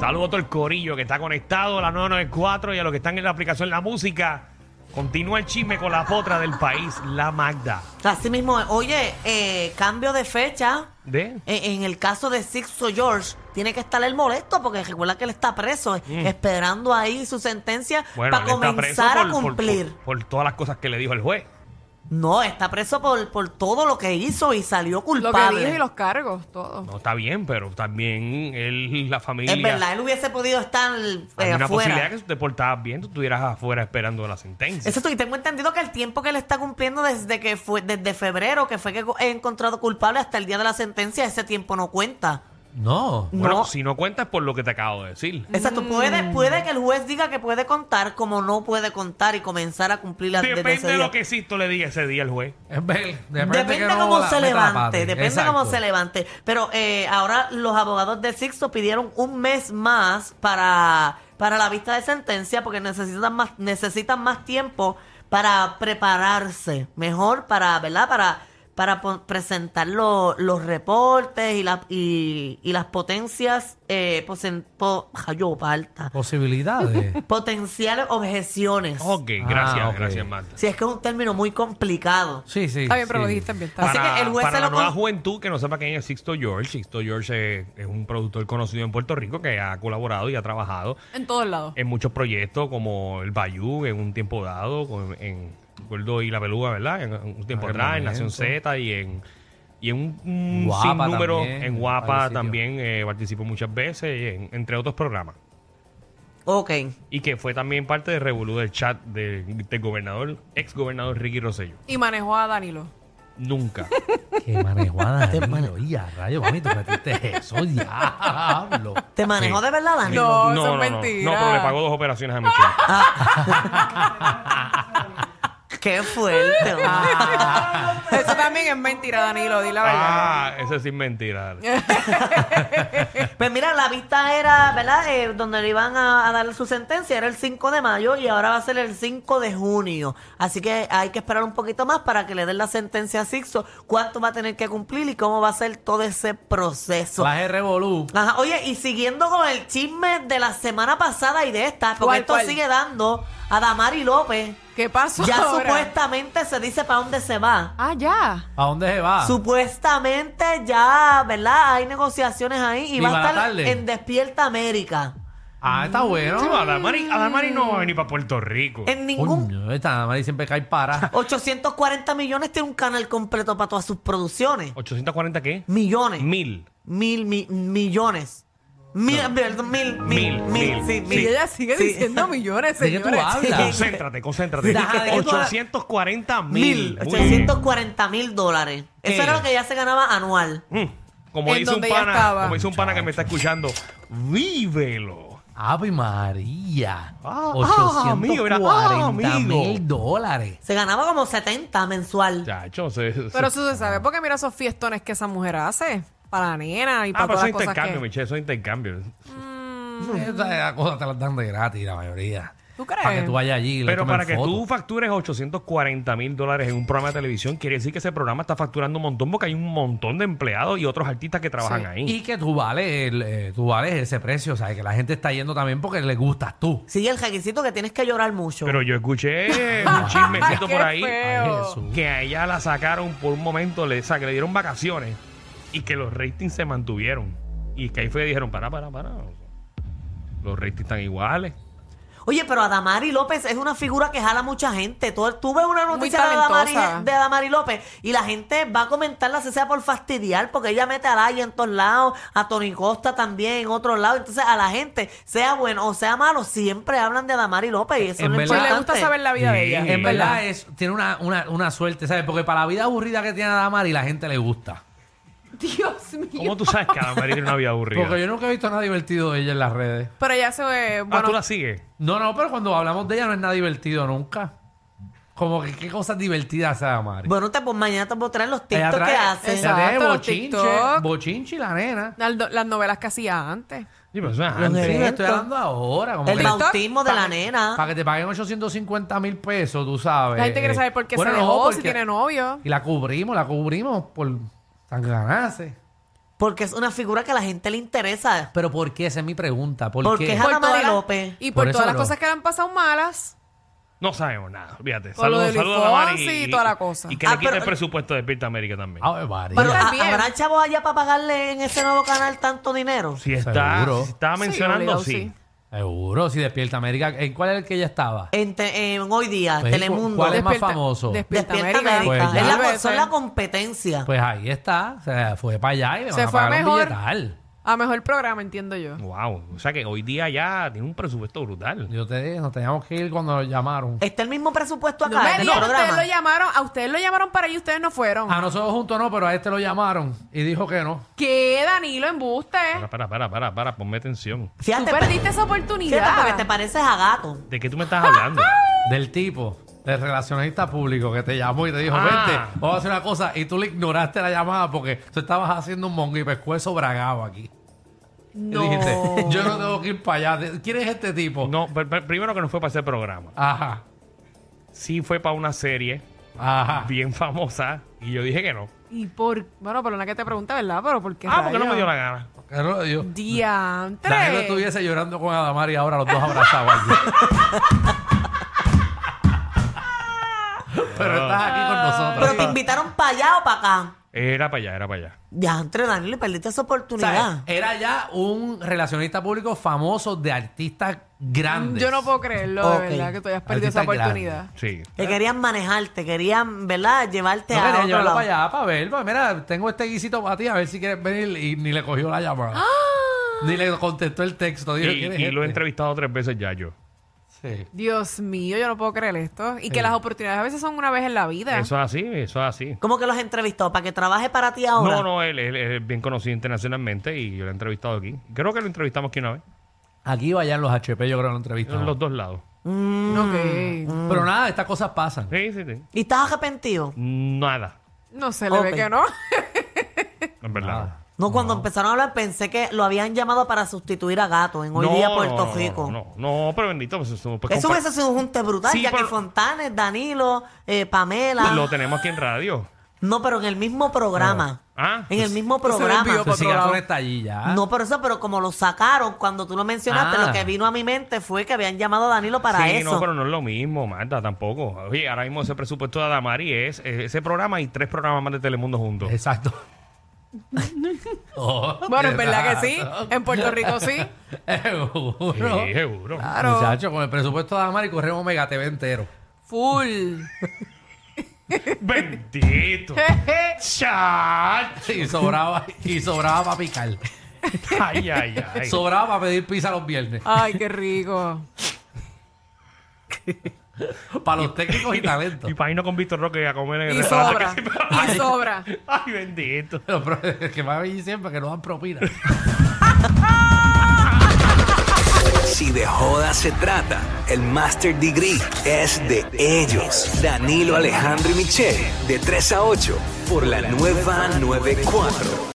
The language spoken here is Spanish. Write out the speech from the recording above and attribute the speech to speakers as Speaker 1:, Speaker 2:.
Speaker 1: Saludos a todo el corillo que está conectado a la 994 y a los que están en la aplicación La Música. Continúa el chisme con la potra del país, la Magda.
Speaker 2: Así mismo, es. oye, eh, cambio de fecha.
Speaker 1: ¿De?
Speaker 2: En, en el caso de Sixto George, tiene que estar el molesto porque recuerda que él está preso, eh, esperando ahí su sentencia para
Speaker 1: Mm. él está preso
Speaker 2: comenzar a
Speaker 1: por- por-
Speaker 2: cumplir.
Speaker 1: Por, por todas las cosas que le dijo el juez.
Speaker 2: No, está preso por, por todo lo que hizo y salió
Speaker 3: Lo que
Speaker 2: culpable.
Speaker 3: dije y los cargos, todo.
Speaker 1: No está bien, pero también él, la familia.
Speaker 2: Es verdad, él hubiese podido estar eh,
Speaker 1: Hay una posibilidad
Speaker 2: afuera.
Speaker 1: que si te portabas bien, tú estuvieras afuera esperando la sentencia.
Speaker 2: Eso estoy, tengo entendido que el tiempo que él está cumpliendo desde que fue, desde febrero, que fue que he encontrado culpable hasta el día de la sentencia, ese tiempo no cuenta.
Speaker 4: No.
Speaker 1: Bueno,
Speaker 2: no.
Speaker 1: si no cuentas por lo que te acabo de decir.
Speaker 2: Exacto, puede,
Speaker 4: Mm.
Speaker 2: puede que el juez diga que puede contar como no puede contar y comenzar a cumplir la desde
Speaker 1: Depende
Speaker 2: ese
Speaker 1: de
Speaker 2: día.
Speaker 1: lo que Sisto le diga ese día el juez.
Speaker 4: Es ver- depende,
Speaker 2: Depende
Speaker 4: que no
Speaker 2: cómo
Speaker 4: la-
Speaker 2: se
Speaker 4: meta la
Speaker 2: levante,
Speaker 4: pata.
Speaker 2: depende
Speaker 4: Exacto.
Speaker 2: cómo se levante. Pero eh, ahora los abogados de Sixto pidieron un mes más para, para la vista de sentencia porque necesitan más, necesitan más tiempo para prepararse mejor, para, ¿verdad? Para, para po- presentar lo- los reportes y, la- y, y las potencias, eh, posen- po- yo, palta.
Speaker 4: Posibilidades.
Speaker 2: potenciales objeciones.
Speaker 1: Ok,
Speaker 4: Ah,
Speaker 1: gracias,
Speaker 4: ok.
Speaker 1: gracias, Magda.
Speaker 2: Si es que es un término muy complicado.
Speaker 4: sí, sí.
Speaker 3: Está bien, pero
Speaker 4: sí.
Speaker 3: lo dijiste bien. Está
Speaker 2: Así
Speaker 3: bien.
Speaker 1: para,
Speaker 2: que el juez
Speaker 1: para
Speaker 2: se
Speaker 1: la
Speaker 2: lo
Speaker 1: nueva
Speaker 2: con-
Speaker 1: juventud que no sepa quién es Sixto George. Sixto George es, es un productor conocido en Puerto Rico que ha colaborado y ha trabajado
Speaker 3: En todos lados.
Speaker 1: en muchos proyectos como el Bayou en un tiempo dado, con- en Gordo y la Peluga, ¿verdad? En, en un tiempo
Speaker 4: Ay,
Speaker 1: atrás, en Nación
Speaker 4: momento.
Speaker 1: Z y en, y en un, un
Speaker 4: Guapa
Speaker 1: sinnúmero.
Speaker 4: también,
Speaker 1: en
Speaker 4: en
Speaker 1: Guapa
Speaker 4: varios sitios.
Speaker 1: también eh, participó muchas veces, y en- entre otros programas.
Speaker 2: Ok.
Speaker 1: Y que fue también parte de Revolú del chat del, del gobernador, ex gobernador Ricky Rosello.
Speaker 3: Y manejó a Danilo.
Speaker 1: Nunca.
Speaker 4: Qué manejada. Danilo. Y a rayo, mami, tú metiste eso, diablo.
Speaker 2: ¿Te manejó de verdad, Dani?
Speaker 1: no,
Speaker 3: No, eso es
Speaker 1: no, no,
Speaker 3: mentira.
Speaker 1: No, pero le pagó dos operaciones a Michelle.
Speaker 2: Qué fuerte.
Speaker 3: Eso también es mentira, Danilo, di la verdad.
Speaker 1: Ah, ese sí es mentira. dale.
Speaker 2: pues mira, la vista era, ¿verdad? Eh, donde le iban a, a dar su sentencia era el 5 de mayo y ahora va a ser el 5 de junio. Así que hay que esperar un poquito más para que le den la sentencia a Sixto, cuánto va a tener que cumplir y cómo va a ser todo ese proceso.
Speaker 4: Baje revolú.
Speaker 2: Ajá, oye, y siguiendo con el chisme de la semana pasada y de esta, porque
Speaker 3: ¿Cuál,
Speaker 2: esto
Speaker 3: cuál?
Speaker 2: sigue dando a Damari López.
Speaker 3: ¿Qué pasó
Speaker 2: Ya
Speaker 3: ahora?
Speaker 2: supuestamente se dice para dónde se va.
Speaker 3: Ah, ya.
Speaker 4: ¿A dónde se va?
Speaker 2: Supuestamente ya, ¿verdad? Hay negociaciones ahí y
Speaker 4: Ni
Speaker 2: va
Speaker 4: para
Speaker 2: a estar
Speaker 4: tarde.
Speaker 2: en Despierta América.
Speaker 4: Ah, está
Speaker 1: Sí,
Speaker 4: bueno.
Speaker 1: Adamari, Adamari no va a venir para Puerto Rico.
Speaker 2: En ningún
Speaker 4: Coño, esta Damari siempre cae para.
Speaker 2: 840 millones tiene un canal completo para todas sus producciones.
Speaker 1: ¿840 qué?
Speaker 2: Millones.
Speaker 1: Mil.
Speaker 2: Mil, mi- millones. Mil, perdón, mil, mil,
Speaker 1: Mil,
Speaker 2: mil,
Speaker 1: mil,
Speaker 2: sí,
Speaker 1: sí.
Speaker 3: Y
Speaker 2: mil.
Speaker 3: ella sigue
Speaker 2: Sí.
Speaker 3: diciendo millones,
Speaker 4: ¿De qué tú
Speaker 3: señores.
Speaker 4: hablas?
Speaker 1: Concéntrate, concéntrate.
Speaker 2: Ajá, ¿de qué tú hablas?
Speaker 1: 840 mil.
Speaker 2: Mil,
Speaker 1: Muy
Speaker 2: 840 mil dólares. Eso
Speaker 4: ¿Qué?
Speaker 2: era lo que ya se ganaba anual.
Speaker 1: bien. Mm, Como
Speaker 3: En
Speaker 1: dice, un
Speaker 3: donde ya
Speaker 1: pana,
Speaker 3: estaba.
Speaker 1: como dice un pana que me está escuchando, vívelo.
Speaker 4: Ave María.
Speaker 1: Ah, ah, amigo, mira, ah,
Speaker 4: 840
Speaker 1: amigo.
Speaker 4: mil dólares.
Speaker 2: Se ganaba como 70 mensual.
Speaker 1: Chacho, se, Ah, se-
Speaker 3: Pero eso se sabe porque mira esos fiestones que esa mujer hace. Para la nena y para
Speaker 1: Ah, pero
Speaker 3: todas
Speaker 1: eso
Speaker 3: las
Speaker 1: es
Speaker 3: cosas
Speaker 1: intercambio,
Speaker 3: que... pues
Speaker 1: Michelle, eso es intercambio.
Speaker 2: Mm.
Speaker 4: Esas cosas te las dan de gratis, la mayoría.
Speaker 3: ¿Tú crees?
Speaker 4: Para que tú vayas allí y le
Speaker 1: Pero
Speaker 4: tomen
Speaker 1: para que
Speaker 4: fotos.
Speaker 1: tú factures 840 mil dólares en un programa de televisión, quiere decir que ese programa está facturando un montón porque hay un montón de empleados y otros artistas que trabajan
Speaker 3: Sí.
Speaker 1: ahí.
Speaker 4: Y que tú vales, el, eh, tú vales ese precio, o sea, que la gente está yendo también porque le gustas tú.
Speaker 2: Sí, el requisito que tienes que llorar mucho.
Speaker 1: Pero yo escuché un
Speaker 3: Ay,
Speaker 1: chismecito
Speaker 3: qué
Speaker 1: por ahí.
Speaker 3: feo.
Speaker 1: que a ella la sacaron por un momento, le, o sea, que le dieron vacaciones y que los ratings se mantuvieron. Y que ahí fue que dijeron, para, para, para. Los ratings están iguales.
Speaker 2: Oye, pero Adamari López es una figura que jala mucha gente. Tú, tú ves una
Speaker 3: Muy
Speaker 2: noticia de Adamari,
Speaker 3: talentosa.
Speaker 2: de Adamari López y la gente va a comentarla, se sea por fastidiar, porque ella mete a Laya en todos lados, a Tony Costa también en otros lados. Entonces, a la gente, sea bueno o sea malo, siempre hablan de Adamari López y eso
Speaker 4: En
Speaker 2: no es
Speaker 4: verdad-
Speaker 2: importante.
Speaker 3: Pues le gusta saber la vida de
Speaker 1: Sí.
Speaker 3: ella.
Speaker 1: En
Speaker 4: En verdad es, tiene una, una, una suerte, ¿sabes? Porque para la vida aburrida que tiene Damari, la gente le gusta.
Speaker 3: Dios mío.
Speaker 1: ¿Cómo tú sabes que a la Mary tiene una vida aburrida?
Speaker 4: Porque yo nunca he visto nada divertido de ella en las redes.
Speaker 3: Pero ya se ve.
Speaker 1: Ah,
Speaker 3: Bueno,
Speaker 1: tú la sigues.
Speaker 4: No, no, pero cuando hablamos de ella no es nada divertido nunca. Como que qué cosas divertidas se Mari.
Speaker 2: Bueno, te, pues mañana te puedo traer los
Speaker 4: Ella
Speaker 2: TikTok que
Speaker 4: trae-
Speaker 2: hace.
Speaker 4: ella trae
Speaker 3: Exacto, los
Speaker 4: bochinche,
Speaker 3: TikTok.
Speaker 4: bochinche y la nena.
Speaker 3: las, do- las novelas que hacía antes.
Speaker 1: Sí, pero eso es
Speaker 4: Sí,
Speaker 1: antes.
Speaker 4: me
Speaker 2: eventos.
Speaker 4: estoy hablando ahora. Como
Speaker 2: El
Speaker 4: que-
Speaker 2: bautismo de
Speaker 4: pa-
Speaker 2: la nena.
Speaker 4: Para que te paguen 850 mil pesos, tú sabes. Eh,
Speaker 3: La gente quiere saber por qué se dejó, si tiene novio.
Speaker 4: Y la cubrimos, la cubrimos por tan ganarse.
Speaker 2: Porque es una figura que a la gente le interesa.
Speaker 4: Pero ¿por qué? Esa es mi pregunta. ¿Por,
Speaker 2: Porque
Speaker 4: qué?
Speaker 2: es Ana
Speaker 3: todas
Speaker 2: Mari
Speaker 3: las-
Speaker 2: López.
Speaker 3: Y
Speaker 4: Por
Speaker 3: por,
Speaker 4: eso
Speaker 3: todas las
Speaker 4: no.
Speaker 3: cosas que le han pasado malas.
Speaker 1: No sabemos nada. Fíjate.
Speaker 3: Por lo
Speaker 1: Saludos,
Speaker 3: de Luis
Speaker 1: saludos a la Mari.
Speaker 3: Fonsi y toda la cosa.
Speaker 1: Y que
Speaker 2: Ah,
Speaker 1: le quite
Speaker 2: pero-
Speaker 1: el presupuesto de Pirta América también.
Speaker 4: Ay, Ah, pues, María.
Speaker 2: Pero ¿ha-
Speaker 3: también.
Speaker 2: ¿habrá chavos allá para pagarle en ese nuevo canal tanto dinero?
Speaker 1: si está,
Speaker 4: Seguro.
Speaker 1: si estaba mencionando,
Speaker 3: obligado,
Speaker 1: sí.
Speaker 3: sí.
Speaker 4: Seguro, si despierta América. ¿En cuál era el que ella estaba?
Speaker 2: Entre- en hoy día,
Speaker 4: Pues,
Speaker 2: Telemundo.
Speaker 4: ¿cuál es más
Speaker 3: Despierta-
Speaker 4: famoso?
Speaker 3: Despierta, Ah,
Speaker 2: Despierta América.
Speaker 4: Pues ya.
Speaker 2: Es la-
Speaker 3: Vuelve a
Speaker 2: son
Speaker 3: ser.
Speaker 2: la competencia.
Speaker 4: Pues ahí está. Se fue para allá y le
Speaker 3: Se
Speaker 4: van a
Speaker 3: fue
Speaker 4: pagar un
Speaker 3: mejor.
Speaker 4: billetal.
Speaker 3: A mejor programa, entiendo yo.
Speaker 1: Wow. O sea que hoy día ya tiene un presupuesto brutal.
Speaker 4: Yo te dije, nos teníamos que ir cuando nos llamaron.
Speaker 3: Eh,
Speaker 2: Está el mismo presupuesto
Speaker 3: No
Speaker 2: acá
Speaker 3: me
Speaker 2: del
Speaker 3: digan, ustedes
Speaker 2: programa.
Speaker 3: lo llamaron, a ustedes lo llamaron para allí, ustedes no fueron.
Speaker 4: A nosotros juntos no, pero a este lo llamaron y dijo que no.
Speaker 3: ¿Qué, Danilo, embuste?
Speaker 1: Para, para, para, para, para, ponme atención.
Speaker 3: Tú
Speaker 2: Fíjate,
Speaker 3: perdiste esa
Speaker 2: fíjate, porque
Speaker 3: oportunidad.
Speaker 2: te pareces a gato.
Speaker 1: ¿De qué tú me estás hablando?
Speaker 4: Del tipo, del relacionista público que te llamó y te dijo,
Speaker 1: Ah.
Speaker 4: vente, vamos a hacer una cosa. Y tú le ignoraste la llamada porque tú estabas haciendo un mongo y pescuezo bragado aquí. Y dijiste, yo no tengo que ir para allá. ¿Quién es este tipo?
Speaker 1: No, pero- pero primero que no fue para ese programa.
Speaker 4: Ajá,
Speaker 1: Sí fue para una serie
Speaker 4: ajá.
Speaker 1: bien famosa y yo dije que no.
Speaker 3: Y por. Bueno, pero una que te pregunta, ¿verdad? Pero ¿por qué?
Speaker 1: Ah, porque no me dio
Speaker 3: rayos?
Speaker 1: la gana.
Speaker 4: Que no- yo- Danilo
Speaker 3: Diantre.
Speaker 4: estuviese llorando con Adamari ahora los dos abrazados. allí. Pero
Speaker 3: Ah.
Speaker 4: estás aquí con nosotros.
Speaker 2: Pero te invitaron para allá o para acá.
Speaker 1: Era para allá, era para allá.
Speaker 2: Ya, entre Danilo, y perdiste esa
Speaker 4: ¿Sabes? Eh,
Speaker 2: oportunidad.
Speaker 4: Era ya un relacionista público famoso de artistas grandes.
Speaker 3: Mm, Yo no puedo creerlo,
Speaker 2: Ok.
Speaker 3: de verdad, que tú hayas perdido esa
Speaker 4: Artista grande.
Speaker 3: oportunidad.
Speaker 1: Sí.
Speaker 2: Que querían manejarte, querían, ¿verdad? Llevarte
Speaker 4: No
Speaker 2: a
Speaker 4: quería
Speaker 2: otro
Speaker 4: llevarlo
Speaker 2: lado.
Speaker 4: para allá para ver. pues, mira, tengo este guisito para ti, a ver si quieres venir. Y ni le cogió la llamada.
Speaker 3: Ah.
Speaker 4: Ni le contestó el texto.
Speaker 1: Y,
Speaker 4: Dijo, "¿Quién es
Speaker 1: y lo he
Speaker 4: este?".
Speaker 1: entrevistado tres veces ya yo.
Speaker 4: Sí.
Speaker 3: Dios mío, yo no puedo creer esto. Y que las oportunidades a veces son una vez en la vida.
Speaker 1: Eso es así, eso es así.
Speaker 2: ¿Cómo que los entrevistó? ¿Para que trabaje para ti ahora?
Speaker 1: No, no, él, él- él es bien conocido internacionalmente y yo lo he entrevistado aquí. Creo que lo entrevistamos aquí una vez.
Speaker 4: Aquí vayan los HP, yo creo que lo entrevistaron.
Speaker 1: En los dos lados.
Speaker 3: Ok.
Speaker 4: Pero nada, estas cosas pasan.
Speaker 1: Sí, sí, sí.
Speaker 2: Mm, ¿Y estás arrepentido?
Speaker 1: Nada.
Speaker 3: No se le
Speaker 2: Ok.
Speaker 3: ve que no.
Speaker 1: En verdad.
Speaker 2: No, cuando empezaron a hablar pensé que lo habían llamado para sustituir a Gato en hoy
Speaker 1: No,
Speaker 2: día
Speaker 1: no,
Speaker 2: Puerto
Speaker 1: no,
Speaker 2: Rico.
Speaker 1: No, no, no, pero bendito. Pues, eso, pues,
Speaker 2: Eso
Speaker 1: compa-
Speaker 2: hubiese sido un junte brutal.
Speaker 1: Sí,
Speaker 2: Jackie
Speaker 1: pero-
Speaker 2: Fontanes, Danilo, eh, Pamela.
Speaker 1: Lo tenemos aquí en radio.
Speaker 2: No, pero en el mismo programa.
Speaker 1: No. Ah,
Speaker 2: en el mismo
Speaker 3: se
Speaker 2: programa.
Speaker 3: desvió.
Speaker 4: Entonces,
Speaker 3: para otro
Speaker 4: Gato
Speaker 3: lado.
Speaker 4: está allí ya.
Speaker 2: No, pero eso, pero como lo sacaron, cuando tú lo mencionaste,
Speaker 4: Ah.
Speaker 2: lo que vino a mi mente fue que habían llamado a Danilo para
Speaker 1: sí,
Speaker 2: eso.
Speaker 1: no, pero no es lo mismo, Marta, tampoco. Oye, ahora mismo ese presupuesto de Adamari es eh, ese programa y tres programas más de Telemundo juntos.
Speaker 4: Exacto. Oh,
Speaker 3: Bueno, es
Speaker 4: qué
Speaker 3: verdad que sí.
Speaker 4: raro.
Speaker 3: En Puerto Rico sí.
Speaker 1: Sí,
Speaker 4: Seguro.
Speaker 1: seguro.
Speaker 2: Ah.
Speaker 3: Claro.
Speaker 4: Muchachos, con el presupuesto de Amari corremos Mega TV entero.
Speaker 3: Full.
Speaker 1: Bendito. Chat.
Speaker 4: Y sobraba, y sobraba para picar.
Speaker 1: Ay, ay, ay.
Speaker 4: Sobraba para pedir pizza los viernes.
Speaker 3: Ay, qué rico.
Speaker 4: Para los técnicos y talentos.
Speaker 1: y para irnos con Víctor Roque a comer en el
Speaker 3: Y
Speaker 1: restaurante.
Speaker 3: sobra.
Speaker 1: que siempre-
Speaker 3: Y sobra.
Speaker 1: Ay, bendito.
Speaker 4: Pero, pero, es que va a venir siempre que no dan propina.
Speaker 5: Si de joda se trata, el Master Degree es de ellos. Danilo Alejandro y Michelle, de 3 a 8, por la nueva 94.